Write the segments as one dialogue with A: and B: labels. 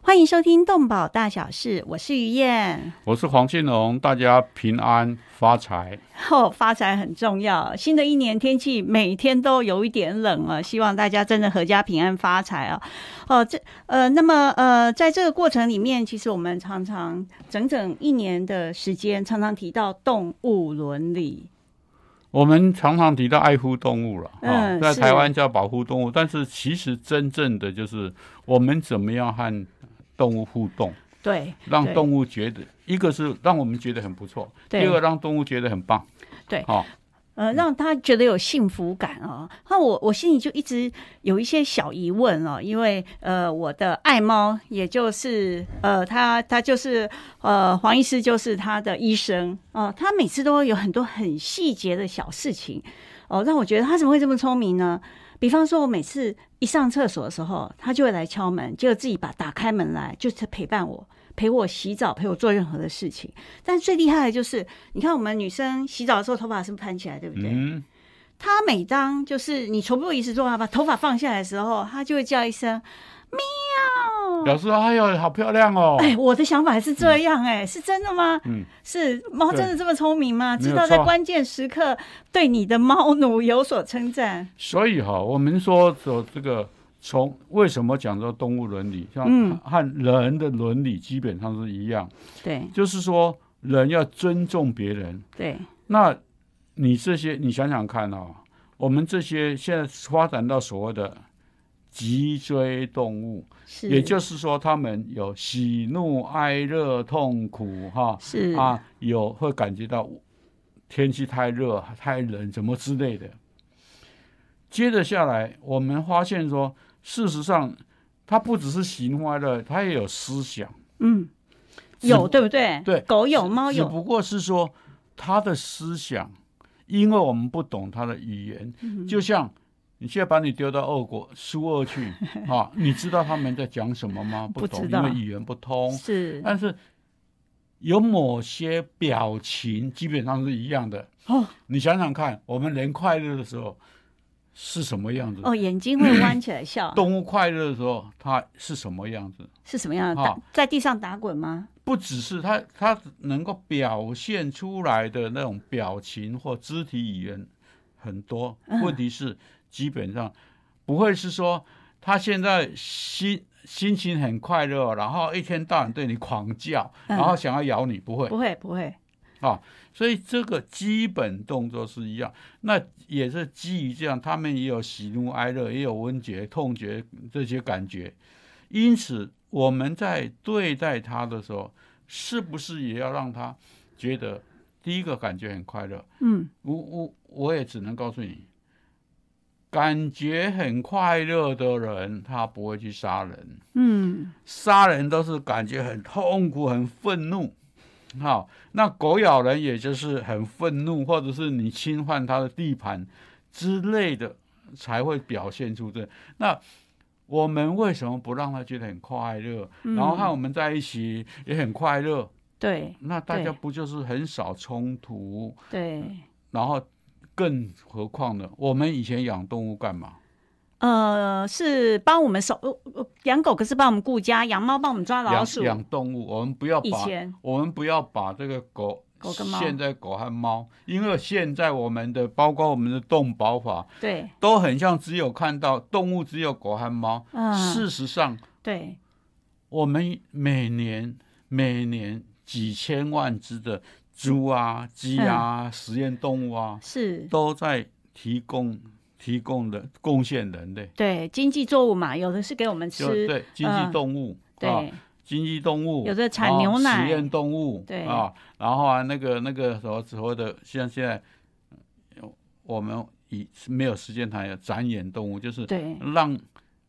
A: 欢迎收听《动保大小事》，我是于燕。
B: 我是黄庆荣，大家平安发财。
A: 哦，发财很重要。新的一年天气每天都有一点冷啊，希望大家真的阖家平安发财啊。哦，这呃，那么呃，在这个过程里面，其实我们常常整整一年的时间，常常提到动物伦理。
B: 我们常常提到爱护动物了，啊、
A: 嗯
B: 在
A: 是
B: 台湾叫保护动物，但是其实真正的就是我们怎么样和动物互动，
A: 对，
B: 让
A: 对
B: 动物觉得，一个是让我们觉得很不错，第
A: 对
B: 二个让动物觉得很棒。
A: 对
B: 好、
A: 呃，让他觉得有幸福感啊、那我我心里就一直有一些小疑问哦，因为呃，我的爱猫，也就是呃，他他就是呃，黄医师就是他的医生哦、他每次都会有很多很细节的小事情哦、让我觉得他怎么会这么聪明呢？比方说，我每次一上厕所的时候，他就会来敲门，结果自己把打开门来，就是陪伴我，陪我洗澡，陪我做任何的事情。但最厉害的就是，你看我们女生洗澡的时候，头发是不是盘起来，对不对？
B: 嗯，
A: 她每当就是你重复一次做完，把头发放下来的时候，她就会叫一声
B: 表示哎呦，好漂亮
A: 哦
B: 哦。
A: 哎，我的想法是这样、哎、是真的吗？
B: 嗯，
A: 是猫真的这么聪明吗？
B: 对
A: 知
B: 没有
A: 道在
B: 错
A: 关键时刻对你的猫奴有所称赞。
B: 所以哈、我们说说这个从为什么讲到动物伦理，像
A: 嗯
B: 和人的伦理基本上是一样，
A: 对
B: 就是说人要尊重别人。
A: 对
B: 那你这些，你想想看啊、我们这些现在发展到所谓的脊椎动物，
A: 是，
B: 也就是说，他们有喜怒哀乐、痛苦，哈
A: 是
B: 啊，有会感觉到天气太热、太冷，怎么之类的。接着下来，我们发现说，事实上，它不只是喜怒哀乐，它也有思想。
A: 嗯，
B: 只
A: 有对不对？
B: 对
A: 狗有猫
B: 只
A: 哦有，
B: 不过是说他的思想，因为我们不懂他的语言，
A: 嗯
B: 就像你现在把你丢到俄国苏 俄去啊，你知道他们在讲什么吗？
A: 不
B: 懂，
A: 知
B: 因
A: 道
B: 为语言不通。
A: 是
B: 但是有某些表情基本上是一样的。
A: 哦
B: 你想想看，我们人快乐的时候是什么样子？
A: 哦，眼睛会弯起来笑，
B: 动物快乐的时候，它是什么样子？
A: 是什么样的？
B: 啊
A: 打在地上打滚吗？
B: 不只是他他能够表现出来的那种表情或肢体语言很多，问题是基本上不会是说他现在心心情很快乐，然后一天到晚对你狂叫，
A: 嗯
B: 然后想要咬你，不会
A: 不。会不会，
B: 所以这个基本动作是一样，那也是基于这样，他们也有喜怒哀乐，也有温觉、痛觉这些感觉。因此，我们在对待他的时候，是不是也要让他觉得第一个感觉很快乐？
A: 嗯。
B: 我我我也只能告诉你，感觉很快乐的人，他不会去杀人。
A: 嗯，
B: 杀人都是感觉很痛苦、很愤怒。好，那狗咬人也就是很愤怒，或者是你侵犯它的地盘之类的，才会表现出这。那我们为什么不让他觉得很快乐？
A: 嗯
B: 然后和我们在一起也很快乐，
A: 对
B: 那大家
A: 对
B: 不就是很少冲突？
A: 对，
B: 然后，更何况呢？我们以前养动物干嘛？
A: 呃，是帮我们守呃呃养狗，可是帮我们顾家；养猫帮我们抓老
B: 养
A: 鼠。
B: 养动物，我们不要
A: 以
B: 把
A: 前
B: 我们不要把这个狗、
A: 狗跟猫
B: 现在狗和猫，因为现在我们的包括我们的动保法
A: 对，
B: 都很像，只有看到动物只有狗和猫。
A: 嗯，
B: 事实上，
A: 对，
B: 我们每年每年几千万只的猪啊、鸡
A: 嗯
B: 啊、实验动物啊，
A: 是，
B: 都在提供提供的贡献人类，
A: 对，经济作物嘛，有的是给我们
B: 就
A: 吃，
B: 对经
A: 嗯
B: 济动物、啊。
A: 对
B: 经济动物，
A: 有的产
B: 啊
A: 牛奶
B: 实验动物，
A: 对
B: 啊，然后啊，那个那个所所谓的，像现在呃我们以没有时间谈有展演动物，就是
A: 对
B: 让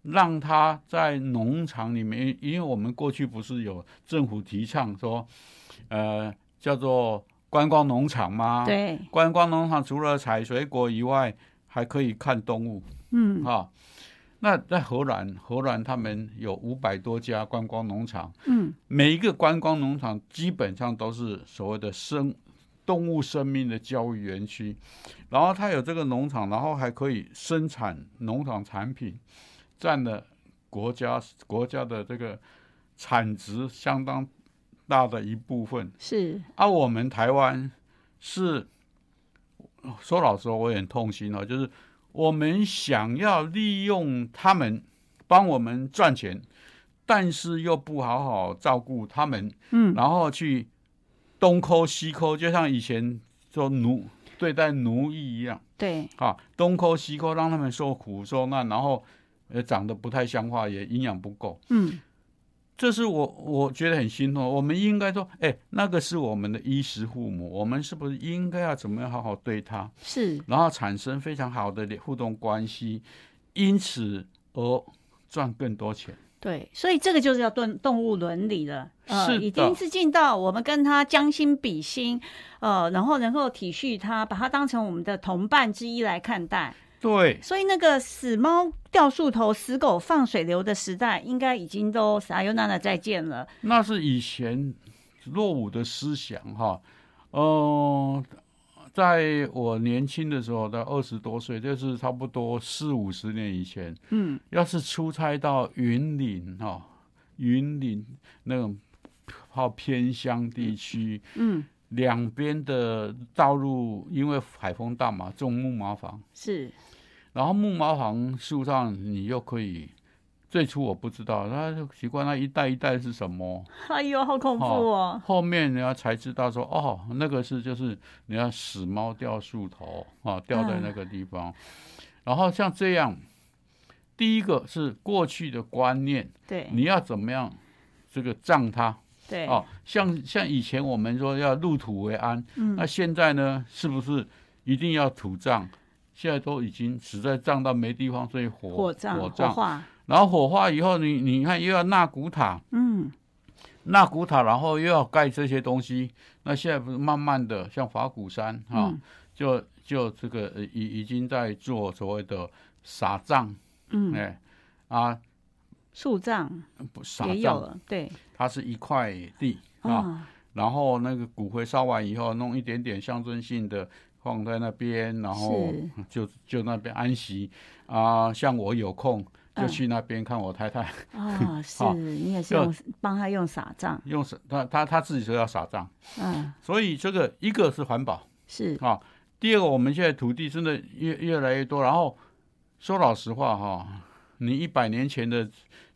B: 让它在农场里面，因为我们过去不是有政府提倡说，呃，叫做观光农场吗？，
A: 对，
B: 观光农场除了采水果以外，还可以看动物，
A: 嗯，
B: 啊，那在荷兰，荷兰他们有五百多家观光农场，
A: 嗯，
B: 每一个观光农场基本上都是所谓的生动物生命的教育园区，然后它有这个农场，然后还可以生产农场产品，占了国家国家的这个产值相当大的一部分。
A: 是
B: 啊，我们台湾是说老实话，我也很痛心哦，就是我们想要利用他们帮我们赚钱，但是又不好好照顾他们，
A: 嗯，
B: 然后去东抠西抠，就像以前说奴对待奴役一样
A: 对，
B: 啊，东抠西抠，让他们受苦受难，然后呃长得不太像话，也营养不够。
A: 嗯，
B: 这是我我觉得很心痛。我们应该说，哎，那个是我们的衣食父母，我们是不是应该要怎么样好好对他，
A: 是
B: 然后产生非常好的互动关系，因此而赚更多钱。
A: 对，所以这个就是要动动物伦理了，呃，
B: 是
A: 已
B: 的
A: 经是进到我们跟它将心比心，呃，然后能够体恤它，把它当成我们的同伴之一来看待。
B: 对，
A: 所以那个死猫掉树头、死狗放水流的时代，应该已经都撒尤娜娜再见了。
B: 那是以前落伍的思想哈。嗯、在我年轻的时候，在二十多岁，就是差不多四五十年以前，
A: 嗯，
B: 要是出差到云林哦，云林那种靠偏乡地区，
A: 嗯，
B: 两边的道路因为海风大嘛，种木麻黄，
A: 是
B: 然后木麻黄树上你又可以，最初我不知道，那就奇怪，那一代一代是什么？
A: 哎呦，好恐怖哦！
B: 后面人家才知道说，哦，那个是就是人家死猫掉树头啊，掉在那个地方。然后像这样，第一个是过去的观念，
A: 对
B: 你要怎么样这个葬它
A: 对、
B: 哦，像像以前我们说要入土为安，
A: 嗯
B: 那现在呢，是不是一定要土葬？现在都已经实在葬到没地方，所以火
A: 火葬、
B: 火
A: 火
B: 葬，
A: 化，
B: 然后火化以后你，你看又要纳骨塔，
A: 嗯，
B: 纳古塔，然后又要盖这些东西，那现在不是慢慢的，像法鼓山哈、
A: 嗯
B: 就就这个呃已已经在做所谓的撒葬，
A: 嗯
B: 哎啊
A: 树葬
B: 不撒
A: 也有
B: 葬，
A: 了，哦对
B: 它是一块地啊，然后那个骨灰烧完以后，弄一点点象征性的放在那边，然后
A: 是
B: 就就那边安息啊。像我有空就
A: 嗯
B: 去那边看我太太，
A: 啊，是
B: 好
A: 你也是
B: 哦就
A: 用帮他用撒葬，
B: 用撒她她她自己说要撒葬，
A: 嗯，
B: 所以这个一个是环保。
A: 是
B: 啊。第二个，我们现在土地真的越越来越多，然后说老实话哈、你一百年前的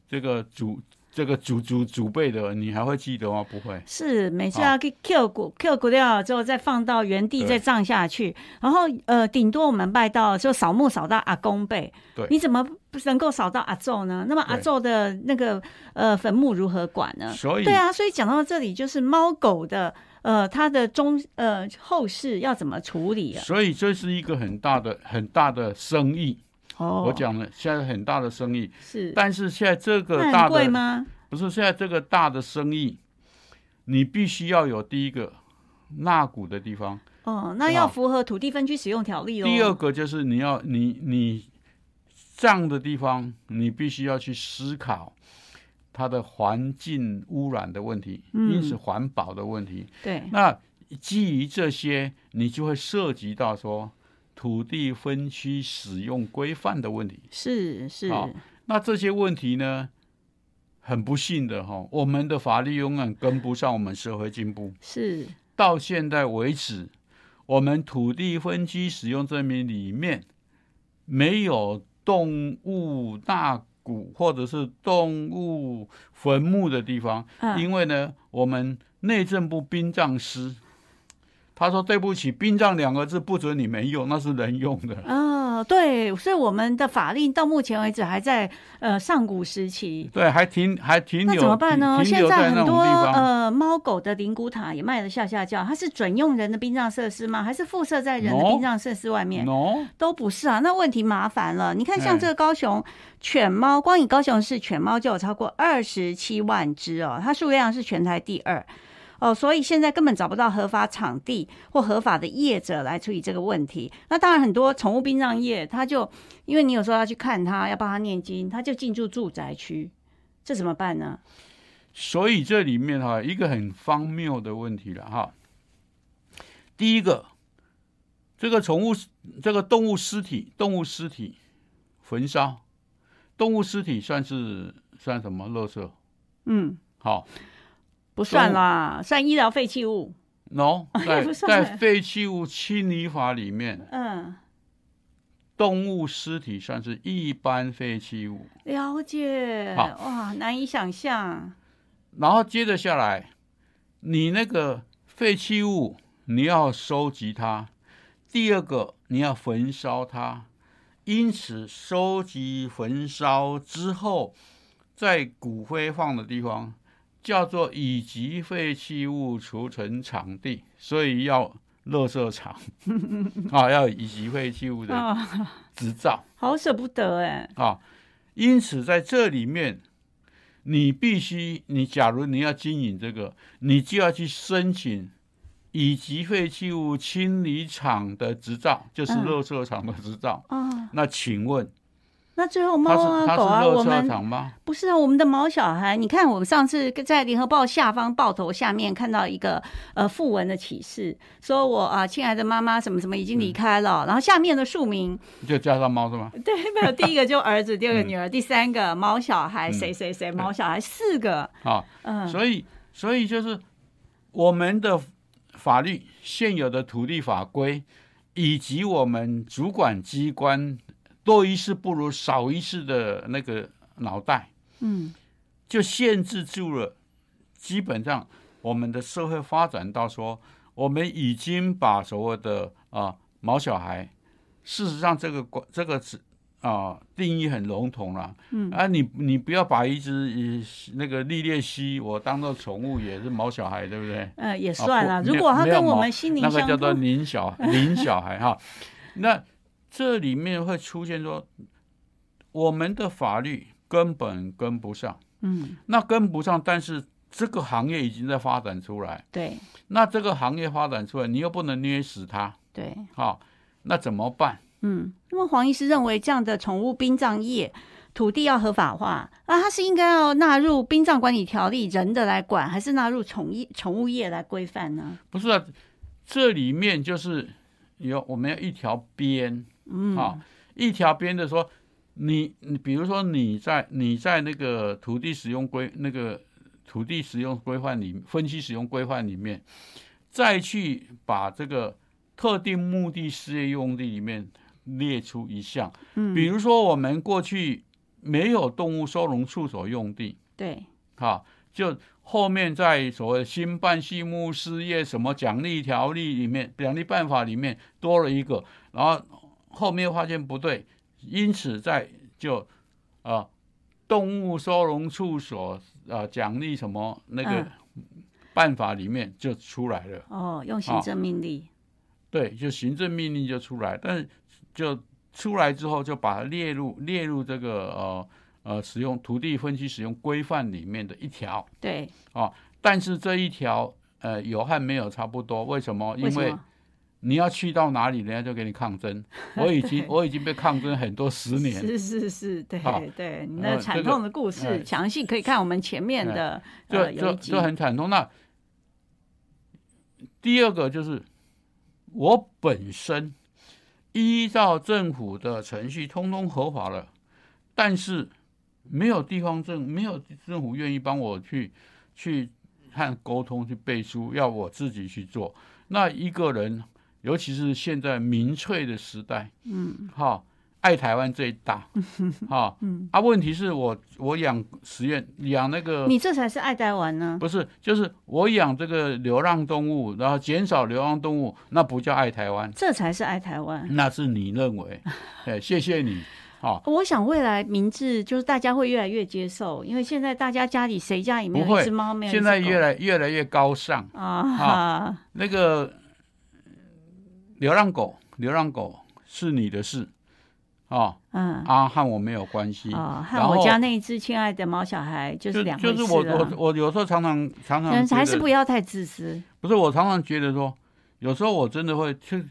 B: 这个祖这个祖祖祖辈的，你还会记得吗？不会。
A: 是，每次
B: 好
A: 要给 Q 骨 Q 骨掉了之后，再放到原地
B: 啊对
A: 再葬下去，然后呃，顶多我们拜到就扫墓扫到阿公辈，
B: 对
A: 你怎么不能够扫到阿昼呢？那么阿
B: 对
A: 昼的那个呃坟墓如何管呢？
B: 所以
A: 对啊，所以讲到这里，就是猫狗的呃它的中呃后事要怎么处理啊？
B: 所以这是一个很大的很大的生意。
A: 哦，
B: 我讲了，现在很大的生意，
A: 是，
B: 但是现在这个
A: 那
B: 大
A: 很贵
B: 的
A: 吗？
B: 不是现在这个大的生意，你必须要有第一个纳股的地方。
A: 哦，那要
B: 好
A: 符合土地分区使用条例哦。
B: 啊第二个就是你要你你葬的地方，你必须要去思考它的环境污染的问题，
A: 嗯
B: 因此环保的问题。
A: 对，
B: 那基于这些，你就会涉及到说土地分区使用规范的问题。
A: 是是，
B: 好那这些问题呢？很不幸的哈、我们的法律永远跟不上我们社会进步。
A: 是
B: 到现在为止，我们土地分区使用证明里面没有动物大骨或者是动物坟墓的地方，
A: 嗯
B: 因为呢，我们内政部殡葬师他说对不起，殡葬两个字不准你们用，那是人用的。
A: 啊、对，所以我们的法令到目前为止还在呃上古时期。
B: 对，还停还停
A: 那
B: 留，
A: 怎么办呢？
B: 停停
A: 现
B: 留
A: 在
B: 那
A: 很
B: 种地
A: 多
B: 方。
A: 呃猫狗的灵骨塔也卖得下下叫，它是准用人的殡葬设施吗？还是附设在人的
B: No
A: 殡葬设施外面
B: no，
A: 都不是啊，那问题麻烦了。你看，像
B: 哎
A: 这个高雄犬猫，光以高雄市犬猫就有超过二十七万只哦，它数量是全台第二。哦，所以现在根本找不到合法场地或合法的业者来处理这个问题。那当然，很多宠物殡葬业，他就因为你有时候要去看它，要帮它念经，它就进驻住宅区，这怎么办呢？
B: 所以这里面哈，一个很荒谬的问题了哈。第一个，这个宠物这个动物尸体，动物尸体焚烧，动物尸体算是算什么垃圾？
A: 嗯，
B: 好
A: 不算啦，算医疗废弃物。
B: ，no，在
A: 不算
B: 在废弃物清理法里面，
A: 嗯，
B: 动物尸体算是一般废弃物。
A: 了解。
B: 好
A: 哇，难以想象。
B: 然后接着下来，你那个废弃物你要收集它，第二个你要焚烧它，因此收集焚烧之后，在骨灰放的地方叫做乙级废弃物储存场地，所以要垃圾场 啊，要乙级废弃物的
A: 啊、
B: 执照。
A: 好舍不得哎。
B: 啊，因此在这里面，你必须，你假如你要经营这个，你就要去申请乙级废弃物清理厂的执照，就是
A: 嗯
B: 垃圾场的执照。
A: 啊，
B: 那请问，
A: 那最后猫
B: 它
A: 啊
B: 是它是
A: 狗啊，我
B: 垃
A: 们
B: 圾场吗？
A: 不是啊，我们的毛小孩，你看我们上次在联合报下方报头下面看到一个呃副文的启示，说我啊亲爱的妈妈什么什么已经离开了，然后下面的署名，
B: 就加上猫是吗？
A: 对，没有第一个就儿子，第二个女儿，第三个毛小孩
B: 嗯
A: 谁谁谁，毛小孩四个，
B: 啊，
A: 嗯
B: 所以所以就是我们的法律现有的土地法规，以及我们主管机关多一事不如少一事的那个脑袋，
A: 嗯
B: 就限制住了。基本上我们的社会发展到说，我们已经把所谓的啊、毛小孩，事实上这个管这个词啊、定义很笼统啦。嗯啊，你你不要把一只呃那个利列西我当做宠物也是毛小孩，对不对？
A: 呃也算了，
B: 不
A: 如果他
B: 啊没有
A: 跟我
B: 毛
A: 们心灵
B: 那个
A: 相
B: 叫做
A: 通，
B: 零 小零小孩哈。那这里面会出现说，我们的法律根本跟不上。
A: 嗯
B: 那跟不上，但是这个行业已经在发展出来，
A: 对
B: 那这个行业发展出来，你又不能捏死它，
A: 对。
B: 好、那怎么办？
A: 嗯，因为黄医师认为这样的宠物殡葬业土地要合法化啊，它是应该要纳入殡葬管理条例人的来管，还是纳入宠业宠物业来规范呢？
B: 不是啊，这里面就是有我们要一条边，嗯，好、一条边的说，你你比如说你在你在那个土地使用规那个土地使用规范里分析使用规范里面，再去把这个特定目的事业用地里面列出一项，嗯，比如说我们过去没有动物收容处所用地，
A: 对，
B: 哈，就后面在所谓新办畜牧事业什么奖励条例里面、奖励办法里面多了一个，然后后面发现不对，因此在就啊、呃动物收容处所啊奖励什么那个
A: 嗯
B: 办法里面就出来了，
A: 哦，用行政命令，
B: 对，就行政命令就出来，但是就出来之后就把它列入列入这个呃呃使用土地分析使用规范里面的一条。
A: 对，
B: 但是这一条呃有和没有差不多，为什么？
A: 为
B: 因
A: 什
B: 为
A: 么？
B: 你要去到哪里，人家就给你抗争。我已 经我已经被抗争很多十年，
A: 是是是，对
B: 好
A: 对，你那
B: 呃
A: 惨
B: 这个
A: 痛的故事，
B: 哎
A: 详细可以看我们前面的
B: 这
A: 呃有
B: 这
A: 一集
B: 这，很惨痛。那第二个就是我本身依照政府的程序，通通合法了，但是没有地方政没有政府愿意帮我去去和沟通去背书，要我自己去做。那一个人，尤其是现在民粹的时代，嗯，哈，爱台湾最 大，哈，嗯，啊，问题是我我养实验养那个
A: 你这才是爱呆玩呢。
B: 不是，就是我养这个流浪动物，然后减少流浪动物，那不叫爱台湾，
A: 这才是爱台湾。
B: 那是你认 为。哎，谢谢你。好、
A: 我想未来明治就是大家会越来越接受，因为现在大家家里谁家里没
B: 不
A: 有
B: 会
A: 一只猫，没有一只
B: 现
A: 狗
B: 在越来越来越高尚。
A: 啊
B: 好那个呃流浪狗，流浪狗是你的事，哦，
A: 嗯，
B: 啊和我没有关系。
A: 哦，
B: 然
A: 和
B: 后
A: 我家那一只亲爱的毛小孩就
B: 就是
A: 两回
B: 就
A: 事
B: 是
A: 了。
B: 我我我有时候常常常常
A: 人
B: 觉
A: 还
B: 得
A: 是不要太自私。
B: 不是，我常常觉得说，有时候我真的会去，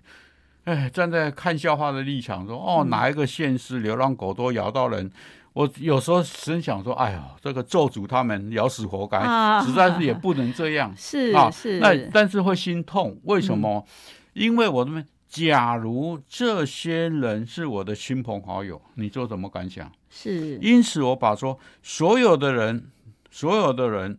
B: 哎，站在看笑话的立场说，
A: 嗯
B: 哦，哪一个县市流浪狗多咬到人，我有时候真想说，哎呦，这个咒诅他们咬死活该，
A: 啊
B: 哎实在是也不能这样
A: 是
B: 啊。
A: 是，嗯
B: 那但是会心痛，为什么？因为我这边，假如这些人是我的亲朋好友，你做什么感想？
A: 是
B: 因此，我把说所有的人，所有的人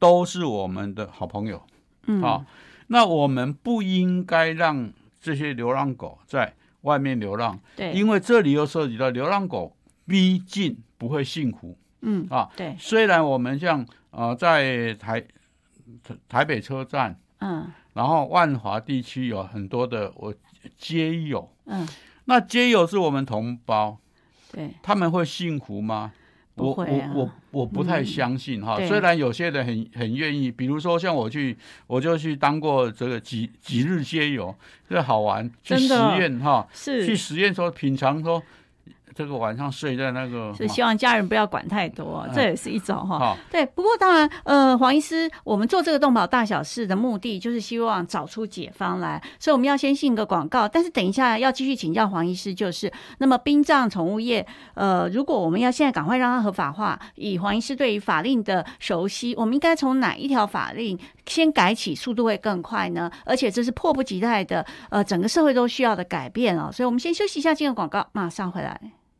B: 都是我们的好朋友。
A: 嗯
B: 啊，那我们不应该让这些流浪狗在外面流浪，
A: 对，
B: 因为这里又涉及到流浪狗逼近不会幸福。
A: 嗯
B: 啊，
A: 对，
B: 虽然我们像呃在台台台北车站，
A: 嗯
B: 然后万华地区有很多的我街友，
A: 嗯
B: 那街友是我们同胞，
A: 对，
B: 他们会幸福吗？我
A: 不会啊嗯
B: 我我我不太相信哈，
A: 对
B: 虽然有些人很很愿意，比如说像我去，我就去当过这个几几日街友，这好玩，去
A: 真
B: 实
A: 的哦
B: 验哈，去
A: 是
B: 实验说品尝说，这个晚上睡在那个
A: 是希望家人不要管太多，这
B: 哎
A: 也是一种哈。
B: 哈，
A: 对，不过当然，呃，黄医师，我们做这个动保大小事的目的就是希望找出解方来，所以我们要先信个广告。但是等一下要继续请教黄医师，就是那么殡葬宠物业，呃，如果我们要现在赶快让它合法化，以黄医师对于法令的熟悉，我们应该从哪一条法令先改起，速度会更快呢？而且这是迫不及待的，呃，整个社会都需要的改变哦。所以我们先休息一下，进个广告，马上回来。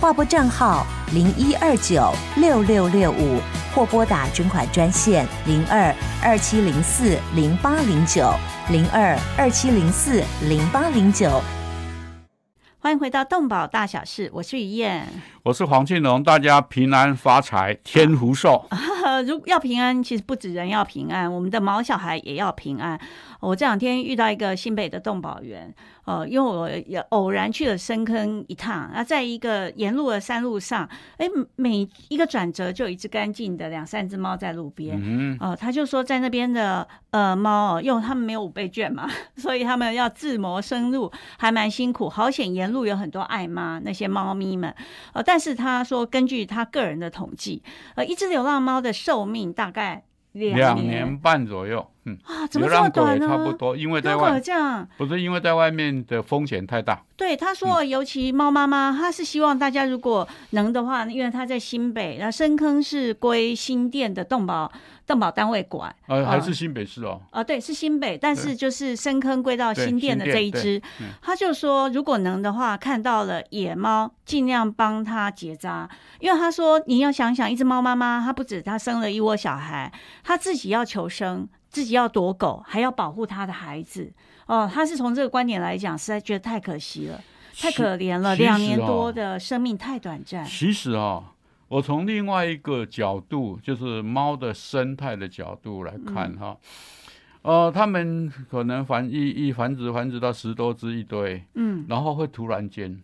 C: 划拨账号零一二九六六六五，或拨打捐款专线零二二七零四零八零九零二二七零四零八零九。
A: 欢迎回到动保大小事，我是于燕。
B: 我是黄庆龙，大家平安发财，天福 寿。
A: 呃，如要平安，其实不止人要平安，我们的毛小孩也要平安。哦我这两天遇到一个新北的动保园，呃，因为我也偶然去了深坑一趟，啊，在一个沿路的山路上，哎，每一个转折就有一只干净的两三只猫在路边，
B: 嗯，
A: 哦，他就说在那边的呃猫哦，因为他们没有五倍券嘛， 所以他们要自谋生路，还蛮辛苦。好险沿路有很多爱妈那些猫咪们，呃，但是他说根据他个人的统计，呃，一只流浪猫的寿命大概两
B: 两年半左右，嗯，
A: 啊，怎么
B: 流
A: 这么
B: 浪狗
A: 短
B: 也
A: 呢？
B: 差不多，因为
A: 流
B: 在
A: 浪狗有
B: 外
A: 这样，
B: 不是因为在外面的风险太大，
A: 对，他说，
B: 嗯
A: 尤其猫妈妈，她是希望大家如果能的话，因为她在新北，那深坑是归新店的动保动保单位管，
B: 呃，还
A: 啊
B: 是新北市哦，
A: 啊，对，是新北，但是就是深坑归到
B: 对
A: 新店的
B: 新
A: 这
B: 店
A: 一只
B: 对嗯，
A: 他就说如果能的话，看到了野猫，尽量帮它结扎，因为他说你要想想，一只猫妈妈，它不止它生了一窝小孩，它自己要求生，自己要躲狗，还要保护它的孩子。哦，他是从这个观点来讲，实在觉得太可惜了，太
B: 其
A: 可怜了，
B: 其
A: 两
B: 实
A: 年多
B: 哦
A: 的生命太短暂。
B: 其实啊、我从另外一个角度，就是猫的生态的角度来看
A: 嗯
B: 哈、呃，它们可能繁一一繁殖繁殖到十多只一堆，
A: 嗯，
B: 然后会突然间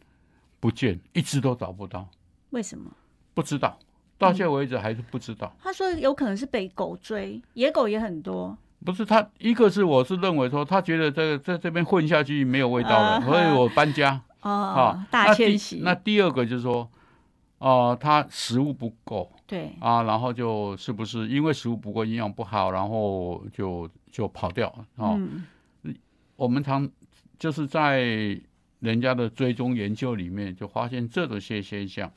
B: 不见，一只都找不到，
A: 为什么？
B: 不知道，到现在为止还是不知道。
A: 他说有可能是被狗追，野狗也很多。
B: 不是他，一个是我是认为说，他觉得这个在这边混下去没有味道了，
A: 啊哈
B: 所以我搬家
A: 哦
B: 啊，。
A: 大
B: 那第
A: 迁徙，
B: 那第二个就是说，哦、它食物不够，
A: 对，
B: 啊，然后就是不是因为食物不够，营养不好，然后就就跑掉了哦。
A: 嗯，
B: 我们常就是在人家的追踪研究里面就发现这些现象。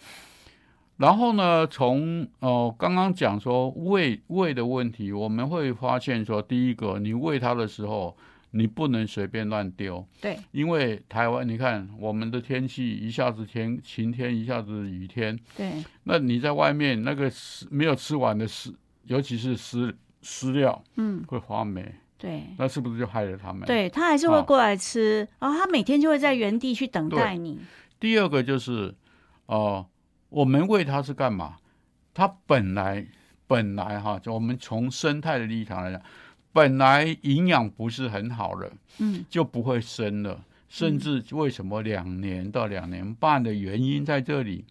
B: 然后呢，从哦刚刚讲说喂喂的问题，我们会发现说，第一个，你喂它的时候，你不能随便乱丢，
A: 对，
B: 因为台湾你看我们的天气一下子天晴天，一下子雨天，
A: 对，
B: 那你在外面那个食没有吃完的食，尤其是食饲料
A: 嗯，
B: 会发霉，
A: 对。
B: 那是不是就害了他们？。
A: 对他还是
B: 哦
A: 会过来吃，然后他每天就会在原地去等待你。
B: 第二个就是，哦、我们喂它是干嘛？它本来本来哈，就我们从生态的立场来讲，本来营养不是很好了，
A: 嗯，
B: 就不会生了。甚至为什么两年到两年半的原因在这里。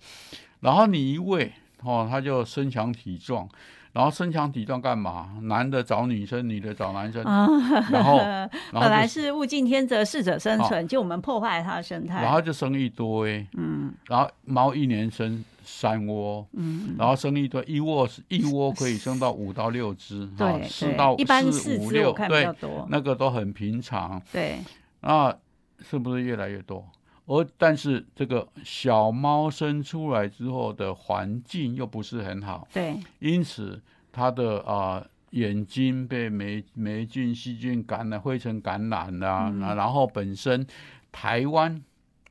B: 然后你一喂哦，它就身强体壮，然后身强体壮干嘛？男的找女生，女的找男生，
A: 啊，
B: 呃 然后然后
A: 本来
B: 就是
A: 物竞天择，适者生存，就我们破坏它的生态。
B: 然后就生一堆，
A: 嗯，
B: 然后猫一年生三窝，嗯，然后生一堆，一窝是一窝可以生到五到六只，哈
A: 对，
B: 四
A: 对
B: 哦到
A: 一般
B: 四
A: 四
B: 五
A: 只
B: 六
A: 我，看比较
B: 对，
A: 多。
B: 那个都很平常，
A: 对，
B: 那啊是不是越来越多？而但是这个小猫生出来之后的环境又不是很好，
A: 对，
B: 因此它的啊、呃眼睛被霉霉菌、细菌感染、灰尘感染啦、啊然后本身台湾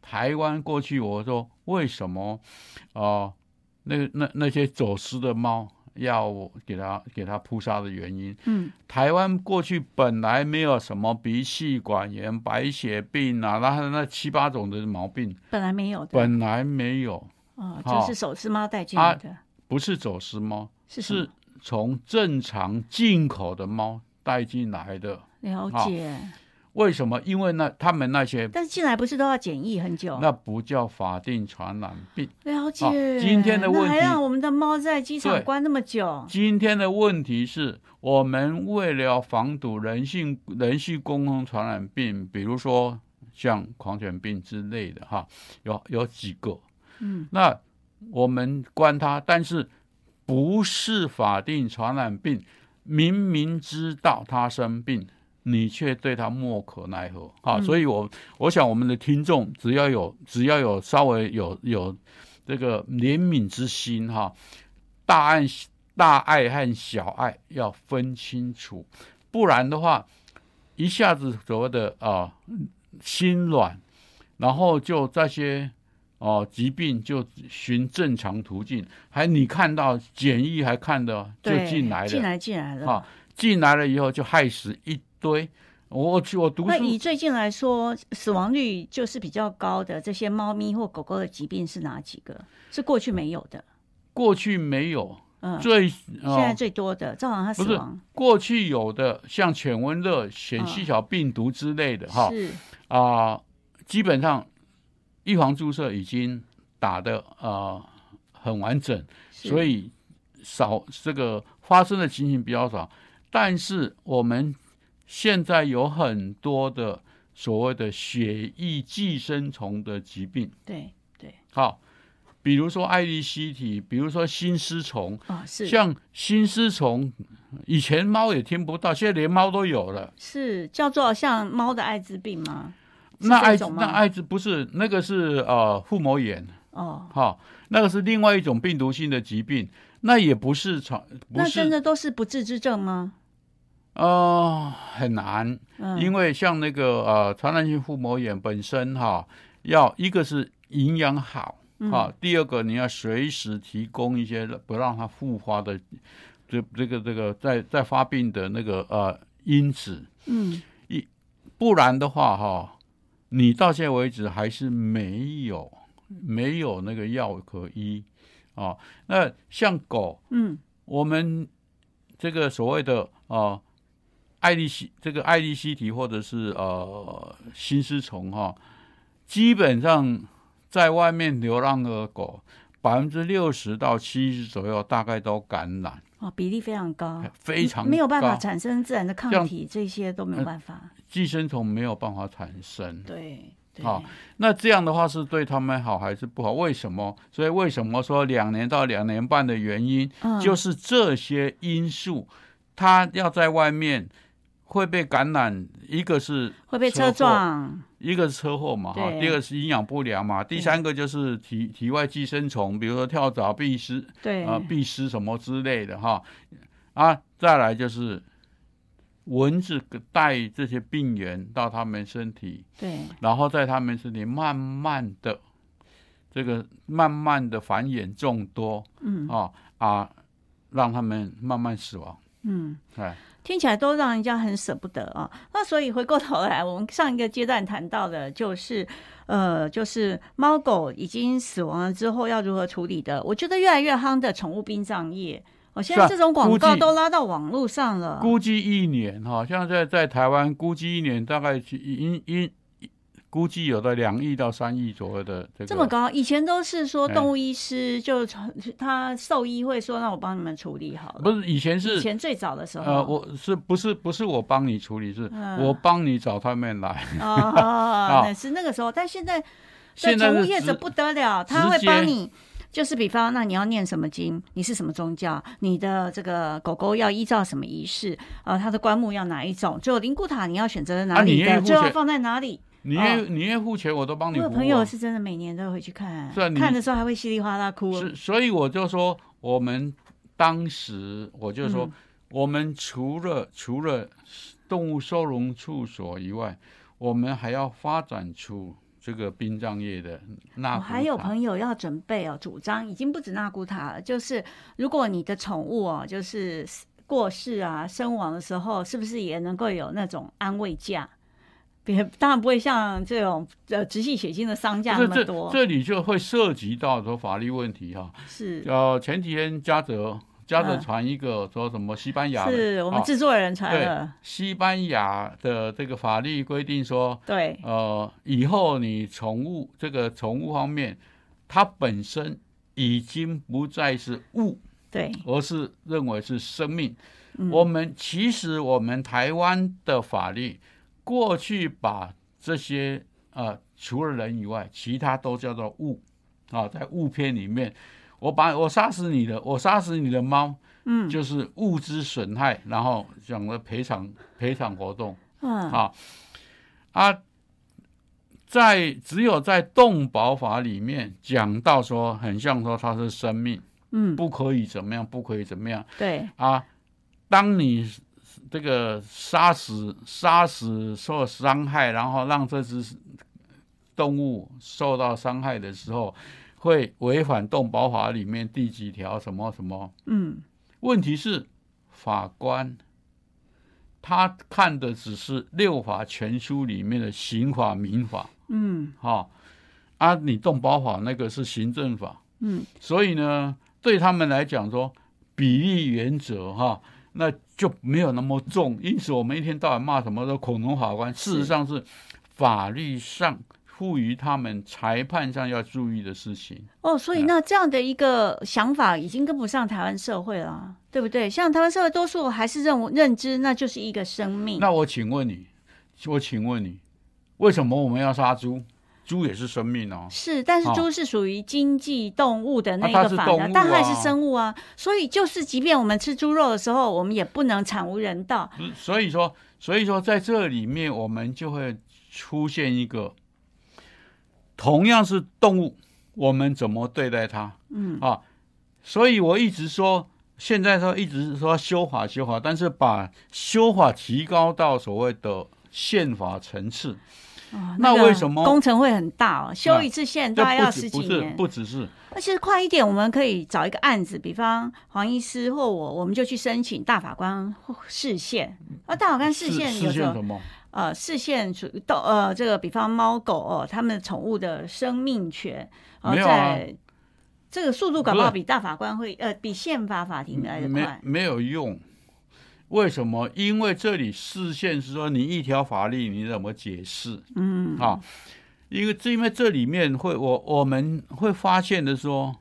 B: 台湾过去我说为什么啊、呃那那那些走私的猫要给它给它扑杀的原因，
A: 嗯，
B: 台湾过去本来没有什么鼻气管炎、白血病啊，然后那七八种的毛病
A: 本来没有的，
B: 本来没有，
A: 哦，
B: 好
A: 就是手撕猫带进来的，
B: 不是走私猫，
A: 是什
B: 是
A: 么
B: 从正常进口的猫带进来的。
A: 了
B: 好
A: 解。
B: 为什么？因为那他们那些
A: 但是进来不是都要检疫很久？
B: 那不叫法定传染病。
A: 了解、
B: 今天的问题
A: 那还让我们的猫在机场
B: 对
A: 关那么久？
B: 今天的问题是我们为了防堵人性人性共同传染病，比如说像狂犬病之类的哈，有有几个，
A: 嗯，
B: 那我们关它，但是不是法定传染病，明明知道它生病，你却对它莫可奈何哈、所以我我想我们的听众只要有只要有稍微有有这个怜悯之心哈、大爱大爱和小爱要分清楚，不然的话，一下子所谓的啊、心软，然后就这些哦、疾病就循正常途径，还你看到检疫还看的就
A: 对，
B: 进来
A: 进
B: 了，
A: 来进来了。
B: 啊，进来了以后就害死一堆。我去，我读
A: 那
B: 书
A: 以最近来说，死亡率就是比较高的，这些猫咪或狗狗的疾病是哪几个？是过去没有的，
B: 过去没有
A: 嗯，
B: 最
A: 现在
B: 哦
A: 最多的造成它
B: 不
A: 死
B: 是
A: 亡
B: 过去有的像犬瘟热、
A: 嗯
B: 显细小病毒之类的哈，
A: 是
B: 啊、基本上预防注射已经打的呃很完整，
A: 是
B: 所以少这个发生的情形比较少。但是我们现在有很多的所谓的血液寄生虫的疾病，
A: 对对
B: 好、比如说爱丽西体，比如说心丝虫，
A: 哦是
B: 像心丝虫，以前猫也听不到，现在连猫都有了。
A: 是叫做像猫的艾滋病吗？是
B: 那
A: 这
B: 艾
A: 种吗
B: 那艾滋不是那个是呃腹膜炎
A: 哦，
B: 哈、那个是另外一种病毒性的疾病，那也不是传不
A: 那真
B: 是
A: 的都是不治之症吗？
B: 呃很难，
A: 嗯，
B: 因为像那个呃传染性腹膜炎本身哈、要一个是营养好哈、
A: 嗯
B: 第二个你要随时提供一些不让它复发的这这个这个在在发病的那个呃因子，
A: 嗯
B: 不然的话哈、你到现在为止还是没有没有那个药可医啊。那像狗，
A: 嗯
B: 我们这个所谓的啊，爱丽西这个爱丽西体或者是呃心丝虫哈、基本上在外面流浪的狗。百分之六十到七十左右，大概都感染，
A: 哦比例非常高，
B: 哎非常
A: 没有办法
B: 高
A: 产生自然的抗
B: 像
A: 体，这些都没有
B: 嗯
A: 办法。
B: 寄生虫没有办法产生。
A: 对对，
B: 好那这样的话是对他们好还是不好？为什么？所以为什么说两年到两年半的原因，
A: 嗯
B: 就是这些因素，它要在外面会被感染，一个是
A: 会被车
B: 祸，
A: 撞，
B: 一个是车祸嘛，哈
A: 对，
B: 第二个是营养不良嘛，第三个就是体体外寄生虫，比如说跳蚤、蜱虱
A: 对
B: 啊、蜱虱什么之类的哈，啊，再来就是蚊子带这些病原到他们身体，
A: 对，
B: 然后在他们身体慢慢的这个慢慢的繁衍众多，
A: 嗯
B: 啊啊，让他们慢慢死亡。
A: 嗯。
B: 哎，
A: 听起来都让人家很舍不得啊。那所以回过头来，我们上一个阶段谈到的就是，呃，就是猫狗已经死亡了之后要如何处理的。我觉得越来越夯的宠物殡葬业，哦，现在这种广告都拉到网络上了。
B: 啊估计一年哈、像在在台湾估计一年大概去一一估计有的两亿到三亿左右的这个
A: 这么高，以前都是说
B: 哎
A: 动物医师就他兽医会说，让我帮你们处理好了。
B: 不是以前
A: 以
B: 是。
A: 前最早的时候，
B: 呃，我是不是不是我帮你处理，是
A: 嗯
B: 我帮你找他们来。
A: 哦，那是那个时候，但现在对
B: 现在
A: 宠物
B: 是
A: 业
B: 直
A: 者不得了，他
B: 直
A: 会帮
B: 接
A: 你，就是比方，那你要念什么经，你是什么宗教，你的这个狗狗要依照什么仪式，呃，它的棺木要哪一种，最后灵骨塔你要选择哪
B: 啊你
A: 里
B: 愿意
A: 的，
B: 付
A: 最后
B: 钱
A: 放在哪里。
B: 你
A: 哦
B: 愿、你愿付钱，我都帮
A: 我
B: 你服务
A: 有
B: 啊。
A: 朋友是真的每年都会去看，
B: 是啊你
A: 看的时候还会稀里哗啦哭。
B: 是，所以我就说，我们当时我就说，
A: 嗯
B: 我们除了除了动物收容处所以外，我们还要发展出这个殡葬业的那、
A: 我哦还有朋友要准备哦，主张已经不止纳古塔了，就是如果你的宠物哦，就是过世啊、身亡的时候，是不是也能够有那种安慰价？别当然不会像这种呃直系血亲的丧价
B: 这
A: 那么
B: 这
A: 多，
B: 这里就会涉及到说法律问题哈、
A: 是
B: 呃，前几天嘉泽嘉泽
A: 嗯
B: 传一个说什么西班牙的
A: 是我们
B: 啊
A: 制作人传
B: 对
A: 了，
B: 西班牙的这个法律规定说，
A: 对
B: 呃，以后你宠物这个宠物方面，它本身已经不再是物，
A: 对，
B: 而是认为是生命。
A: 嗯
B: 我们其实我们台湾的法律过去把这些呃除了人以外，其他都叫做物啊，在物篇里面，我把我杀死你的，我杀死你的猫，
A: 嗯
B: 就是物资损害，然后讲了赔偿赔偿活动。
A: 嗯
B: 啊啊，在只有在动保法里面讲到说，很像说它是生命，
A: 嗯，
B: 不可以怎么样，不可以怎么样
A: 对，
B: 啊。当你这个杀死、杀死受伤害，然后让这只动物受到伤害的时候，会违反动保法里面第几条什么什么？
A: 嗯
B: 问题是，法官他看的只是六法全书里面的刑法、民法，
A: 嗯
B: 哈、啊，你动保法那个是行政法，
A: 嗯，
B: 所以呢，对他们来讲说比例原则哈、那就没有那么重。因此，我们一天到晚骂什么的恐龙法官，事实上是法律上赋予他们裁判上要注意的事情。
A: 哦，所以
B: 嗯
A: 那这样的一个想法已经跟不上台湾社会了，对不对？像台湾社会多数还是认为认知那就是一个生命，
B: 那我请问你，我请问你，为什么我们要杀猪？猪也是生命哦。
A: 是，但是
B: 哦
A: 猪是属于经济动物的那
B: 啊它
A: 个
B: 是
A: 法
B: 动
A: 的，
B: 物
A: 但它也
B: 啊
A: 是生物啊，所以就是即便我们吃猪肉的时候，我们也不能惨无人道。
B: 嗯所以说，所以说在这里面，我们就会出现一个同样是动物，我们怎么对待它？嗯啊，所以我一直说，现在说一直说修法修法，但是把修法提高到所谓的宪法层次，
A: 哦
B: 那
A: 个
B: 为什么
A: 工程会很大哦？修
B: 啊
A: 一次线
B: 这
A: 大概要
B: 不
A: 十
B: 只
A: 几
B: 不是
A: 年，
B: 不只是
A: 而且快一点，我们可以找一个案子，比方黄医师或我，我们就去申请大法官视线。啊，大法官视线有
B: 视
A: 时
B: 线
A: 候
B: 什么？
A: 呃视线主动呃这个比方猫狗哦，它们宠物的生命权，呃、
B: 没有啊
A: 在这个速度搞不好
B: 不
A: 比大法官会呃比宪法法庭来的
B: 没
A: 快。
B: 没有用。为什么？因为这里视线是说你一条法律你怎么解释？嗯，啊，因为因为这里面会我我们会发现的说，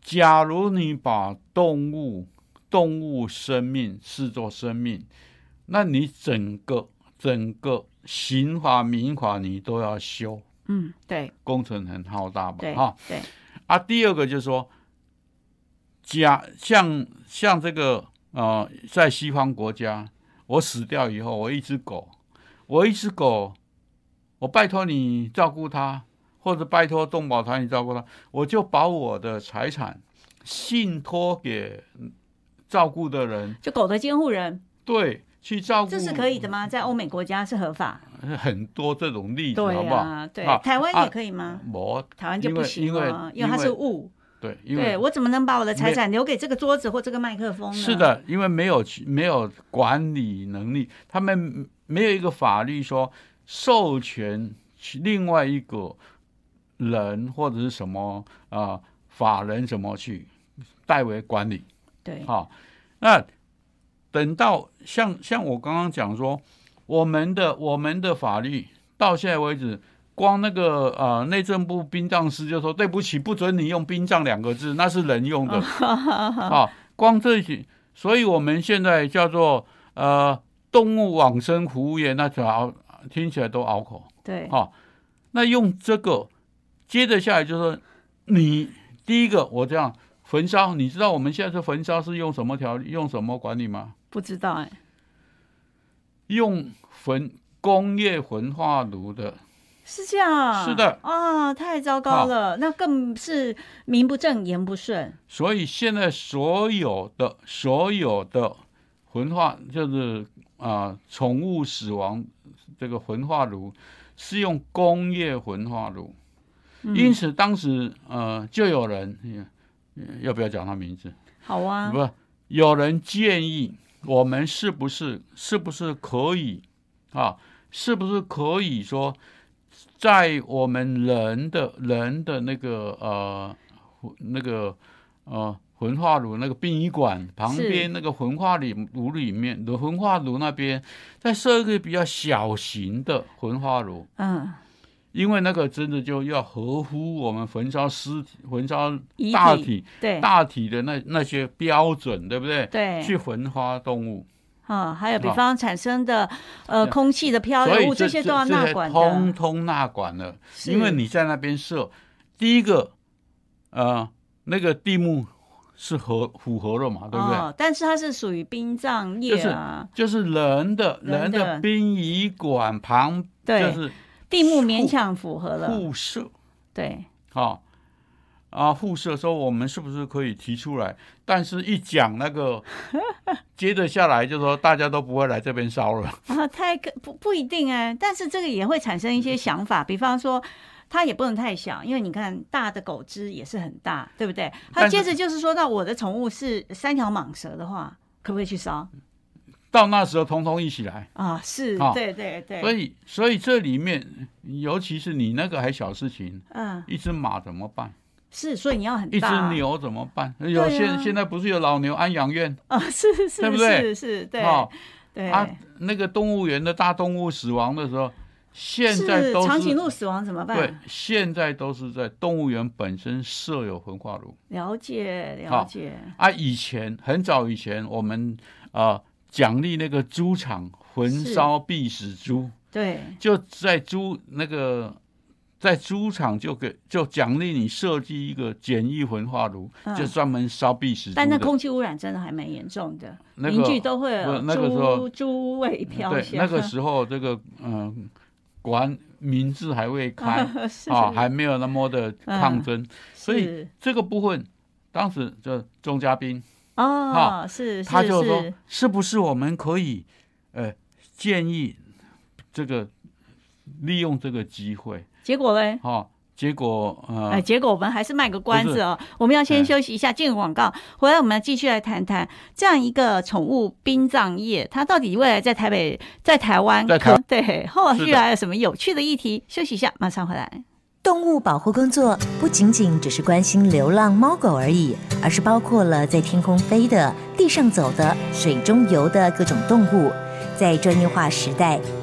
B: 假如你把动物动物生命视作生命，那你整个整个刑法民法你都要修，
A: 嗯，对
B: 工程很浩大吧？
A: 对
B: 哈、
A: 对，
B: 啊，第二个就是说，啊假像像这个呃，在西方国家，我死掉以后，我一只狗，我一只狗，我拜托你照顾它，或者拜托动保团你照顾它，我就把我的财产信托给照顾的人，
A: 就狗的监护人，
B: 对，去照顾，
A: 这是可以的吗？在欧美国家是合法，
B: 很多这种例子，嗯好
A: 对
B: 不好？
A: 啊，对
B: 好，
A: 台湾
B: 啊
A: 也可以吗？
B: 我
A: 台湾就不行
B: 因为
A: 了，因为它是物。
B: 对，因为
A: 对我怎么能把我的财产留给这个桌子或这个麦克风呢？
B: 是，的，因为没有没有管理能力，他们没有一个法律说授权去另外一个人或者是什么啊、呃法人怎么去代为管理。
A: 对，
B: 好、那等到像像我刚刚讲说，我们的我们的法律到现在为止，光那个呃内政部殡葬师就说对不起，不准你用殡葬两个字，那是人用的。好、光这些，所以我们现在叫做呃动物往生服务业，那就拗听起来都拗口。
A: 对，
B: 好、那用这个接着下来就是你第一个，我这样焚烧，你知道我们现在是焚烧是用什么条用什么管理吗？
A: 不知道哎，
B: 用焚工业焚化炉的，
A: 是这样啊。
B: 是的
A: 啊，太糟糕了，那更是名不正言不顺。
B: 所以现在所有的所有的焚化就是啊、宠物死亡这个焚化炉是用工业焚化炉，因此当时呃就有人呃要不要讲他名字？
A: 好啊，
B: 不，有人建议我们是不是是不是可以啊？是不是可以说，在我们人的人的那个呃那个呃焚化炉那个殡仪馆旁
A: 是
B: 边那个焚化里炉里面的焚化炉那边，再设一个比较小型的焚化炉，
A: 嗯，
B: 因为那个真的就要合乎我们焚烧尸体、焚烧
A: 遗
B: 大
A: 体
B: 体
A: 对
B: 大体的那那些标准，对不对？
A: 对，
B: 去焚化动物，
A: 啊，还有比
B: 好
A: 方产生的呃
B: 对
A: 空气的漂
B: 所
A: 流
B: 以
A: 哦物，
B: 这
A: 些
B: 这
A: 都要
B: 这
A: 纳
B: 些
A: 管
B: 通
A: 的，
B: 通纳管了，
A: 是
B: 因为你在那边设，第一个，呃，那个地目是合符合了嘛，对不对？
A: 哦，但是它是属于殡葬业啊，
B: 就是人的
A: 人
B: 人
A: 的
B: 的殡仪馆旁，就
A: 对，
B: 是
A: 地目勉强符合了，
B: 互设，
A: 对，
B: 好、啊，互设说我们是不是可以提出来？但是一讲 那个，接着下来就说大家都不会来这边烧了。
A: 啊，太可不不一定哎、但是这个也会产生一些想法，比方说。它也不能太小，因为你看大的狗只也是很大，对不对？它
B: 但是
A: 接着就是说到我的宠物是三条蟒蛇的话，可不可以去烧
B: 到那时候，通通一起来。
A: 啊？是，
B: 好
A: 对对对，
B: 哦所以，所以这里面，尤其是你那个还小事情，
A: 嗯，
B: 一只马怎么办？
A: 是，所以你要很
B: 一只
A: 大啊
B: 牛怎么办？有
A: 对
B: 现、
A: 啊
B: 现在不是有老牛安养院
A: 啊，是是是
B: 对不对
A: 是是，对
B: 哦
A: 对
B: 啊？那个动物园的大动物死亡的时候，现在
A: 是
B: 都
A: 长
B: 是
A: 颈鹿死亡怎么
B: 对
A: 办？，
B: 现在都是在动物园本身设有焚化炉
A: 了解了
B: 好
A: 解，
B: 啊。以前很早以前，我们啊、呃奖励那个猪场焚
A: 是
B: 烧必死猪，
A: 对
B: 就在猪那个在猪场就给就奖励你设计一个简易焚化炉，
A: 嗯
B: 就专门烧必死猪的。
A: 但那空气污染真的还蛮严重的，
B: 那
A: 邻
B: 个
A: 居都会有
B: 不那个时候嗯
A: 猪猪味飘
B: 对
A: 香。
B: 那个时候这个嗯，果然民智还未开 啊、
A: 嗯 是嗯
B: 还没有那么的抗争，所以
A: 是
B: 这个部分。当时就钟嘉宾，
A: 哦
B: 好
A: 是
B: 他
A: 是
B: 就是说，是不是我们可以，呃，建议这个利用这个机会，
A: 结果嘞。
B: 哈、结果呃，
A: 哎，结果我们还是卖个关
B: 不
A: 子
B: 是
A: 哦。我们要先
B: 哎
A: 休息一下，进个广告，回来我们继续来谈谈这样一个宠物殡葬业，它到底未来在台北、在台湾、
B: 在台湾
A: 对后
B: 是
A: 续
B: 的
A: 还有什么有趣的议题？休息一下，马上回来。
C: 动物保护工作不仅仅只是关心流浪猫狗而已，而是包括了在天空飞的、地上走的、水中游的各种动物。在专业化时代，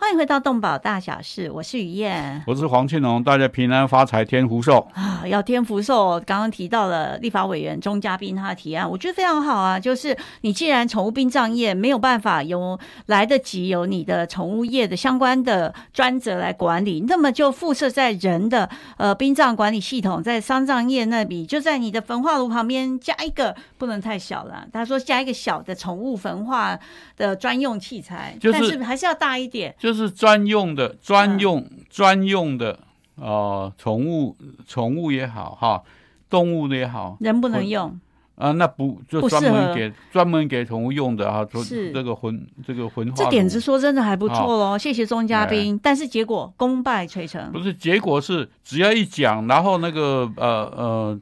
A: 欢迎回到动保大小事，我是雨燕。
B: 我是黄庆龙，大家平安发财，天福寿。
A: 啊，要天福寿，刚刚提到了立法委员钟嘉宾他的提案，我觉得非常好啊。就是你既然宠物殡葬业没有办法由来得及由你的宠物业的相关的专责来管理，那么就附设在人的呃殡葬管理系统，在丧葬业那里，就在你的焚化炉旁边加一个，不能太小了。他说加一个小的宠物焚化的专用器材，
B: 就是
A: 但是还是要大一点。
B: 就是专用的、专用、专用的呃，宠物、宠物也好哈，动物的也好
A: 人不能
B: 会
A: 用，
B: 啊，那不就
A: 不适
B: 专
A: 合
B: 门给专门给宠物用的啊，做
A: 是
B: 这个魂这个魂化
A: 这
B: 炉
A: 点子说真的还不错喽，谢谢钟嘉宾。但是结果功败垂成
B: 哦哎不，是结果是只要一讲，然后那个呃呃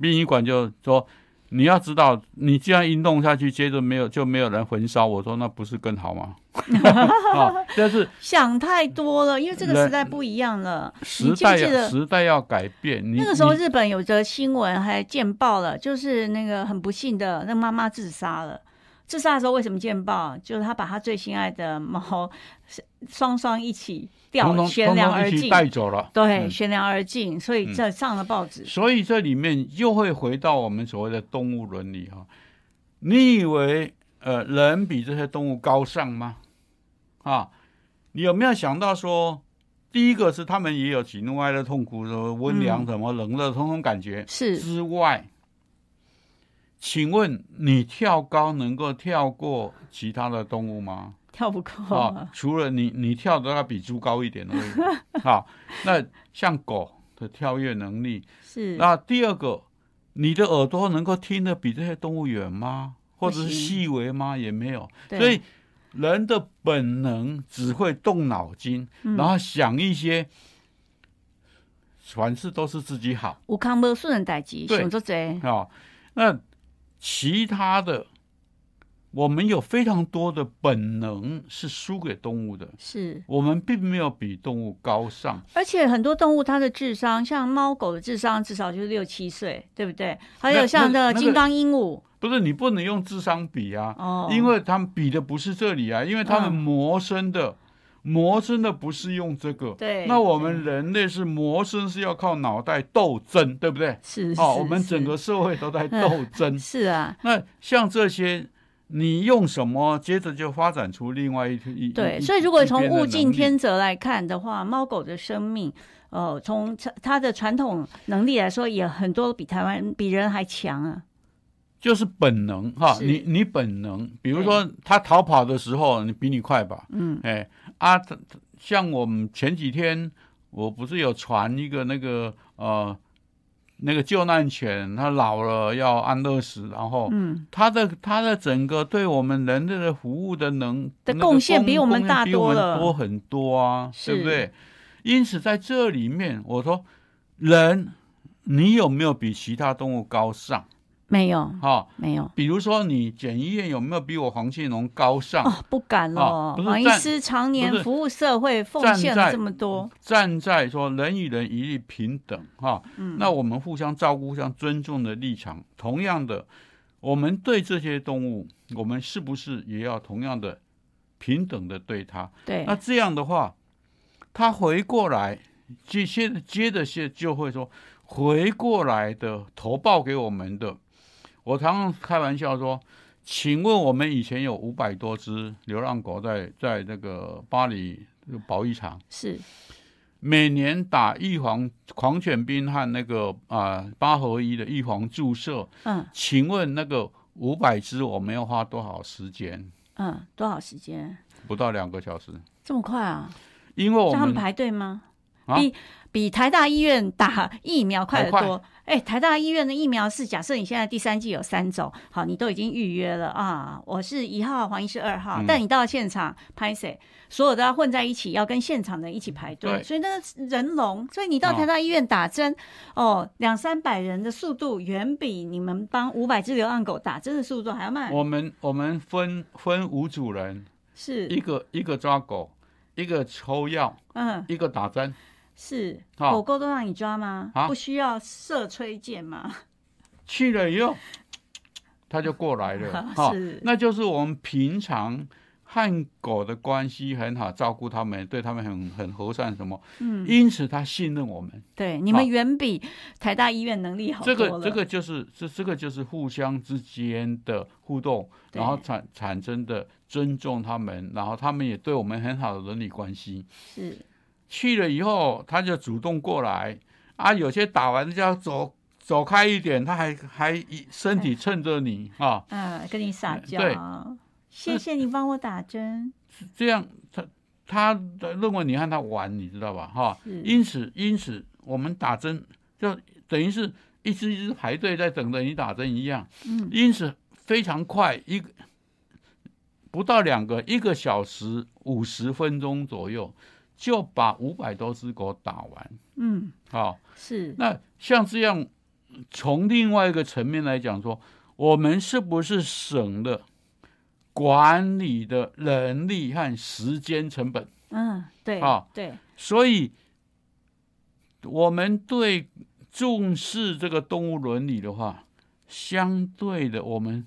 B: 殡仪馆就说。你要知道，你这样运动下去，接着没有就没有人焚烧。我说那不是更好吗？ 啊，但是
A: 想太多了，因为这个
B: 人
A: 时代不一样了。你
B: 时
A: 记不
B: 代
A: 记
B: 要
A: 得
B: 时代要改变。你
A: 那个时候
B: 你
A: 日本有则新闻还见报了，就是那个很不幸的那妈妈自杀了。自杀的时候为什么见报？就是她把她最心爱的猫 是双双一起掉
B: 通，通
A: 悬梁
B: 通通
A: 而
B: 一起
A: 尽。
B: 带走了。
A: 对，
B: 嗯
A: 悬梁而尽，所以这上了报纸。
B: 所以这里面又会回到我们所谓的动物伦理哈、你以为呃人比这些动物高尚吗？啊，你有没有想到说，第一个是他们也有喜怒哀乐、痛苦、什么温凉、
A: 嗯
B: 什么冷热，通通感觉
A: 是
B: 之外，请问你跳高能够跳过其他的动物吗？
A: 跳不
B: 啊、
A: 过了，
B: 除了你你跳的要比猪高一点 而已。好，那像狗的跳跃能力，
A: 是
B: 那第二个，你的耳朵能够听得比这些动物远吗？或者是
A: 不行
B: 细微吗？也没有。
A: 对
B: 所以人的本能只会动脑筋，
A: 嗯
B: 然后想一些，凡事都是自己好
A: 有康无顺的代志，
B: 对
A: 想做贼。
B: 啊、那其他的，我们有非常多的本能是输给动物的，
A: 是，
B: 我们并没有比动物高尚。
A: 而且很多动物它的智商，像猫狗的智商至少就是六七岁，对不对？还有像
B: 那
A: 那
B: 那
A: 个金刚鹦鹉，
B: 不是你不能用智商比啊，
A: 哦，
B: 因为他们比的不是这里啊，因为他们
A: 嗯
B: 谋生的，谋生的不是用这个。
A: 对
B: 那我们人类是谋生，是要靠脑袋斗争，对不对？
A: 是
B: 好、
A: 是
B: 哦我们
A: 是
B: 整个社会都在斗争。
A: 是 啊，
B: 那像这些，你用什么，接着就发展出另外一一
A: 对，
B: 一
A: 所以如果从
B: 一边的
A: 物竞
B: 能力
A: 天择来看的话，猫狗的生命，呃，从它它的传统能力来说，也很多比台湾比人还强啊。
B: 就是本能哈，
A: 是
B: 你你本能，比如说他逃跑的时候，你比你快吧，
A: 嗯，
B: 哎啊，他他像我们前几天，我不是有传一个那个呃那个救难犬，它老了要安乐死，然后
A: 嗯，
B: 它的它的整个对我们人类的服务的能
A: 的
B: 那个
A: 贡献比我们
B: 贡献
A: 大
B: 比
A: 多
B: 我们
A: 了
B: 多很多啊，对
A: 是
B: 不对？因此在这里面，我说人，你有没有比其他动物高尚？
A: 没有，
B: 哈、
A: 没有。
B: 比如说，你检医院有没有比我黄庆龙高尚？
A: 哦，不敢了
B: 啊。不是
A: 黄医
B: 站
A: 师常
B: 不
A: 年
B: 是
A: 服务社会，奉
B: 站
A: 献了
B: 在
A: 这么多，
B: 站在说人与人一律平等哈、那我们互相照顾、互相尊重的立场，同样的，我们对这些动物，我们是不是也要同样的平等的对它？
A: 对
B: 嗯那，这样的话，它回过来，接接接着些就会说回过来的投报给我们的。我常常开玩笑说，请问我们以前有五百多只流浪狗在在那个巴黎这个保育场。
A: 是
B: 每年打预防狂犬病和那个啊、八合一的预防注射，
A: 嗯
B: 请问那个五百支我们要花多少时间？
A: 嗯，多少时间？
B: 不到两个小时，
A: 这么快啊？
B: 因为我
A: 叫他们
B: 们
A: 排队吗？
B: 啊
A: 比比台大医院打疫苗快得
B: 还
A: 多。哎、台大医院的疫苗是，假设你现在第三季有三种，好，你都已经预约了啊。我是一号，黄医师二号，
B: 嗯
A: 但你到现场拍谁，所有都要混在一起，要跟现场的一起排队，
B: 对
A: 所以那个人龙，所以你到
B: 哦
A: 台大医院打针，哦，两三百人的速度远比你们帮五百只流浪狗打针的速度还要慢。
B: 我们我们分分五组人，
A: 是，
B: 一个一个抓狗，一个抽药，
A: 嗯，
B: 一个打针，
A: 是
B: 好
A: 狗狗都让你抓吗？
B: 啊
A: 不需要射吹箭吗？。
B: 去了以后，它就过来了 哈
A: 是
B: 那就是我们平常和狗的关系很好，照顾它们，对它们很很和善，什么，
A: 嗯，
B: 因此它信任我们。
A: 对，你们
B: 好
A: 远比台大医院能力好多
B: 这
A: 了。
B: 个这个就是这这个就是互相之间的互动，
A: 对
B: 然后产产生的尊重他们，然后他们也对我们很好的伦理关系。
A: 是
B: 去了以后，他就主动过来啊，有些打完就要走走开一点，他还还一身体蹭着你啊，
A: 啊，跟你撒娇
B: 对，
A: 谢谢你帮我打 针，
B: 这样他他认为你和他玩，你知道吧？哈、
A: 是
B: 因此因此我们打针就等于是一只一只排队在等着你打针一样，
A: 嗯，
B: 因此非常快，一个不到两个一个小时五十分钟左右就把五百多只狗打完。
A: 嗯，
B: 好、
A: 是
B: 那像这样，从另外一个层面来讲说，我们是不是省了管理的人力和时间成本？
A: 嗯，对，
B: 啊
A: 对，
B: 所以，我们对重视这个动物伦理的话，相对的，我们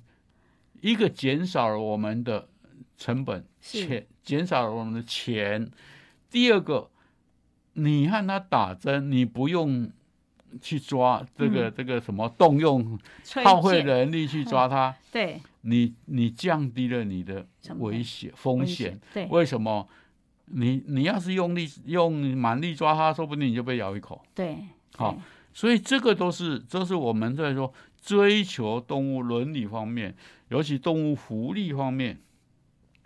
B: 一个减少了我们的成本，
A: 是
B: 钱减少了我们的钱；第二个，你和他打针，你不用去抓这个、
A: 嗯
B: 这个什么动用
A: 吹
B: 耗费
A: 箭，
B: 人力去抓它，
A: 对，
B: 你你降低了你的
A: 成本
B: 危险风
A: 危
B: 险。，
A: 对，
B: 为什么？你你要是用力用蛮力抓它，说不定你就被咬一口。
A: 对，
B: 好
A: 对，
B: 所以这个都是都是我们在说追求动物伦理方面，尤其动物福利方面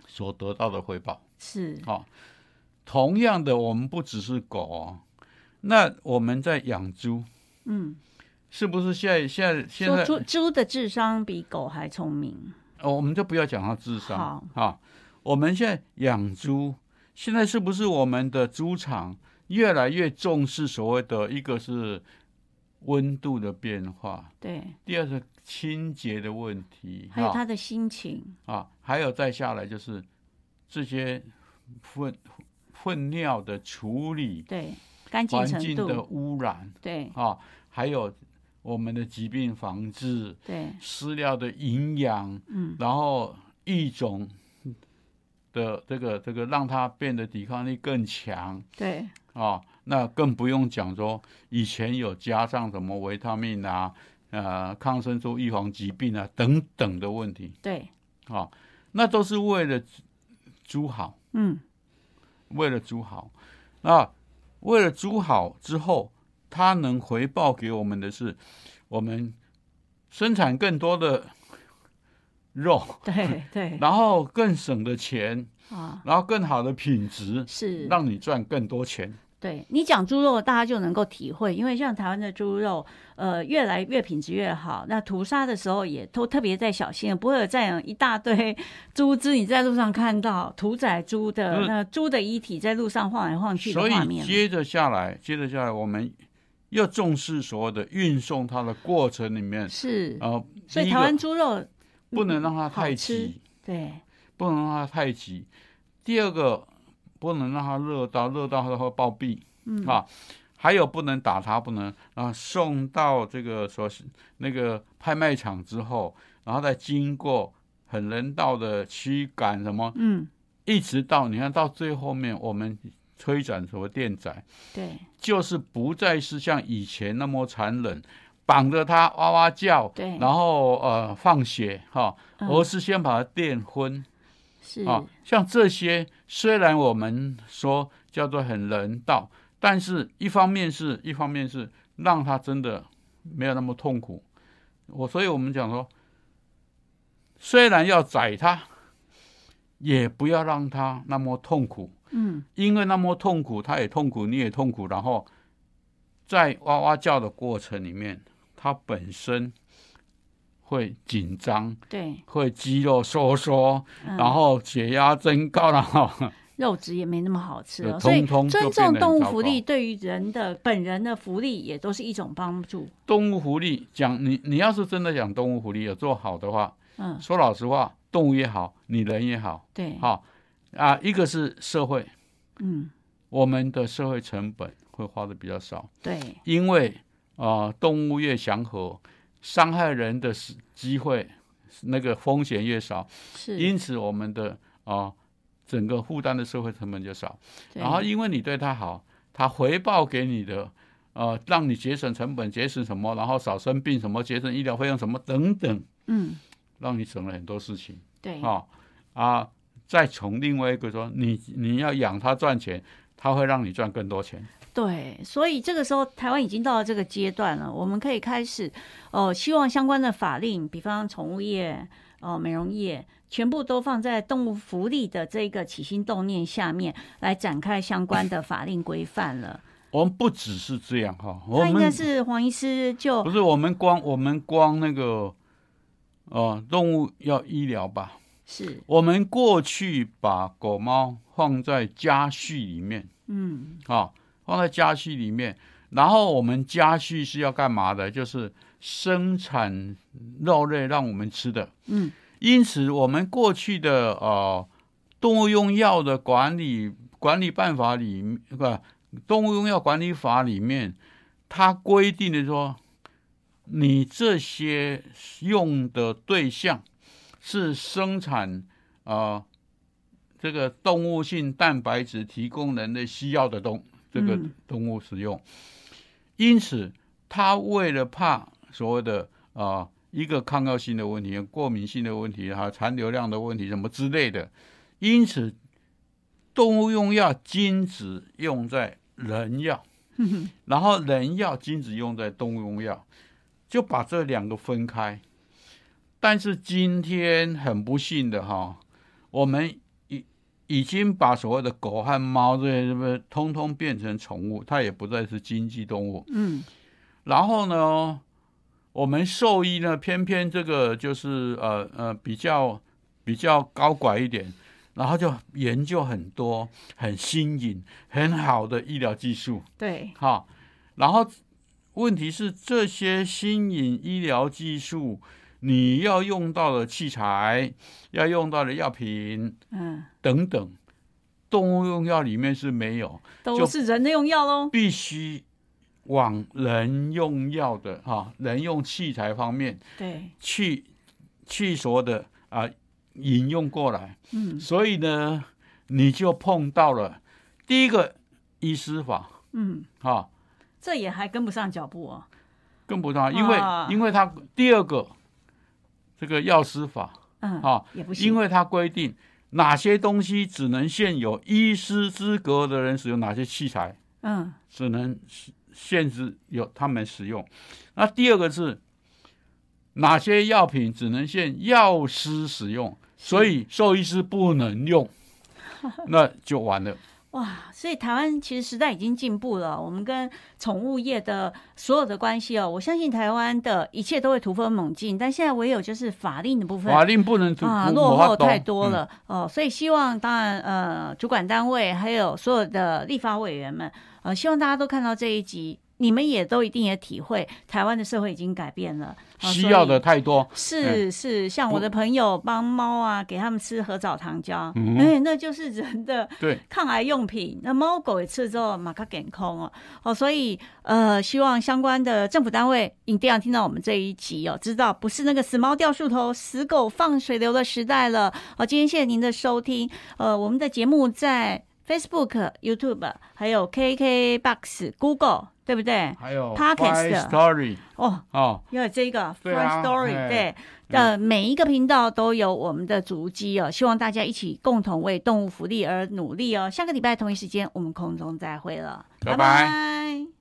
B: 所得到的回报。
A: 是，
B: 好、同样的，我们不只是狗哦，那我们在养猪，
A: 嗯，
B: 是不是现在现在现
A: 说
B: 在
A: 猪猪的智商比狗还聪明，
B: 哦，我们就不要讲它智商
A: 好
B: 啊。我们现在养猪，现在是不是我们的猪场越来越重视所谓的一个是温度的变化，
A: 对，
B: 第二是清洁的问题，
A: 还有他
B: 啊
A: 的心情，
B: 啊，还有再下来就是这些粪粪尿的处理、
A: 对，干净
B: 环
A: 程
B: 境的
A: 度，
B: 污染
A: 对，
B: 啊，还有我们的疾病防治、
A: 对，
B: 饲料的营养，
A: 嗯，
B: 然后育种的这个这个让它变得抵抗力更强
A: 对，
B: 啊、那更不用讲说以前有加上什么维他命啊、呃抗生素预防疾病啊等等的问题
A: 对，
B: 啊、那都是为了猪猪好，
A: 嗯，
B: 为了猪好，那为了猪好之后，它能回报给我们的是，我们生产更多的肉，
A: 对，对，
B: 然后更省的钱，
A: 啊，
B: 然后更好的品质，
A: 是，
B: 让你赚更多钱。
A: 对你讲猪肉，大家就能够体会，因为像台湾的猪肉，呃，越来越品质越好。那屠杀的时候也都特别在小心，不会有再有一大堆 猪只，你在路上看到屠宰猪的
B: 嗯
A: 那猪的遗体在路上晃来晃去的
B: 所
A: 画
B: 以
A: 面。
B: 接着下来，接着下来，我们要重视所有的运送它的过程里面，
A: 是，
B: 呃，
A: 所
B: 第
A: 以
B: 一
A: 台
B: 个
A: 湾猪肉
B: 不能让它
A: 好
B: 太
A: 吃
B: 急，
A: 对
B: 不能让它太急。第二个，不能让它热到，热到它会暴毙。嗯啊，还有不能打它，不能啊送到这个所是那个拍卖场之后，然后再经过很人道的驱赶什么，
A: 嗯，
B: 一直到你看到最后面，我们推展什么电宰，
A: 对
B: 就是不再是像以前那么残忍，绑着它哇哇叫，
A: 对
B: 然后呃放血哈，
A: 嗯
B: 而是先把它电昏。
A: 是、
B: 啊，像这些虽然我们说叫做很人道，但是一方面是一方面是让他真的没有那么痛苦。我所以我们讲说，虽然要宰他，也不要让他那么痛苦，
A: 嗯
B: 因为那么痛苦，他也痛苦，你也痛苦，然后在哇哇叫的过程里面，他本身会紧张，
A: 对，
B: 会肌肉收缩。
A: 嗯、
B: 然后血压增高，然后
A: 肉质也没那么好吃、哦，
B: 对
A: 所以
B: 通通就
A: 尊
B: 变
A: 重
B: 得很
A: 动物
B: 糟
A: 福
B: 糕
A: 利对于人的本人的福利也都是一种帮助。
B: 动物福利讲你你要是真的讲动物福利有做好的话，
A: 嗯，
B: 说老实话，动物也好，你人也好，
A: 对，
B: 好啊，一个是社会，
A: 嗯，
B: 我们的社会成本会花的比较少，
A: 对，
B: 因为啊、动物越祥和，伤害人的时机会那个风险越少，
A: 是，
B: 因此我们的啊、整个负担的社会成本就少。
A: 对
B: 然后因为你对他好，他回报给你的，呃，让你节省成本，节省什么，然后少生病什么，节省医疗费用什么等等，
A: 嗯，
B: 让你省了很多事情
A: 对，
B: 啊、啊！再从另外一个说，你你要养他赚钱，他会让你赚更多钱。
A: 对，所以这个时候台湾已经到了这个阶段了，我们可以开始，呃，希望相关的法令，比方宠物业、呃美容业，全部都放在动物福利的这个起心动念下面来展开相关的法令规范了。
B: 我们不只是这样哈、 我
A: 那应该
B: 们
A: 是黄医师就
B: 不是我们光我们光那个呃动物要医疗吧？
A: 是
B: 我们过去把狗猫放在家畜里面，
A: 嗯
B: 啊、放在家畜里面，然后我们家畜是要干嘛的？就是生产肉类让我们吃的。
A: 嗯，
B: 因此我们过去的呃动物用药的管理管理办法里，不、动物用药管理法里面，它规定的说，你这些用的对象是生产呃这个动物性蛋白质提供人类需要的动这个
A: 嗯
B: 动物使用，因此它为了怕所谓的啊、呃一个抗药性的问题、过敏性的问题，还有残留量的问题什么之类的，因此动物用药禁止用在人药，然后人药禁止用在动物用药，就把这两个分开。但是今天很不幸的哈，我们已已经把所谓的狗和猫这些什么，通通变成宠物，它也不再是经济动物。
A: 嗯
B: 然后呢，我们兽医呢，偏偏这个就是呃呃比较比较高拐一点，然后就研究很多很新颖、很好的医疗技术，
A: 对
B: 哈。然后问题是这些新颖医疗技术，你要用到的器材，要用到的药品
A: 嗯
B: 等等，动物用药里面是没有。
A: 都
B: 就是
A: 人的用药喽。
B: 必须往人用药的哈、人用器材方面
A: 对，
B: 去去所谓的啊、引用过来，
A: 嗯
B: 所以呢，你就碰到了第一个医师法
A: 嗯，
B: 哈、
A: 这也还跟不上脚步哦。
B: 跟不上，因为、
A: 啊
B: 因为它第二个这个药师法
A: 嗯，
B: 哈、
A: 也不行，
B: 因为它规定哪些东西只能现有医师资格的人使用，哪些器材。
A: 嗯
B: 只能使限制有他们使用。那第二个是哪些药品只能限药师使用，所以兽医师不 能用，那就完了。
A: 哇，所以台湾其实时代已经进步了，我们跟宠物业的所有的关系哦，我相信台湾的一切都会突飞猛进，但现在唯有就是法令的部分
B: 法令不能突
A: 啊
B: 突
A: 落
B: 法嗯
A: 后
B: 度
A: 太多了、哦，所以希望当然呃主管单位还有所有的立法委员们呃，希望大家都看到这一集，你们也都一定也体会台湾的社会已经改变了，
B: 嗯
A: 呃
B: 需
A: 所
B: 要。
A: 以
B: 的嗯太多。
A: 是是，像我的朋友帮猫啊，给他们吃合藻糖胶，哎、
B: 嗯
A: 那就是人的
B: 对，
A: 抗癌用品，那猫狗也吃了之后马上健康哦哦，所以呃，希望相关的政府单位一定要听到我们这一集哦，知道不是那个死猫掉树头、死狗放水流的时代了哦。今天谢谢您的收听，呃，我们的节目在 Facebook、YouTube 还有 KKBox、Google，对不对？
B: 还有
A: Podcast
B: Five Story
A: 哦，
B: 哦，
A: 因为这个 f
B: 对
A: i r
B: 啊
A: Story
B: 哎
A: 对，呃，每一个频道都有我们的足迹哦，希望大家一起共同为动物福利而努力哦。下个礼拜同一时间，我们空中再会了，
B: 拜拜
A: 拜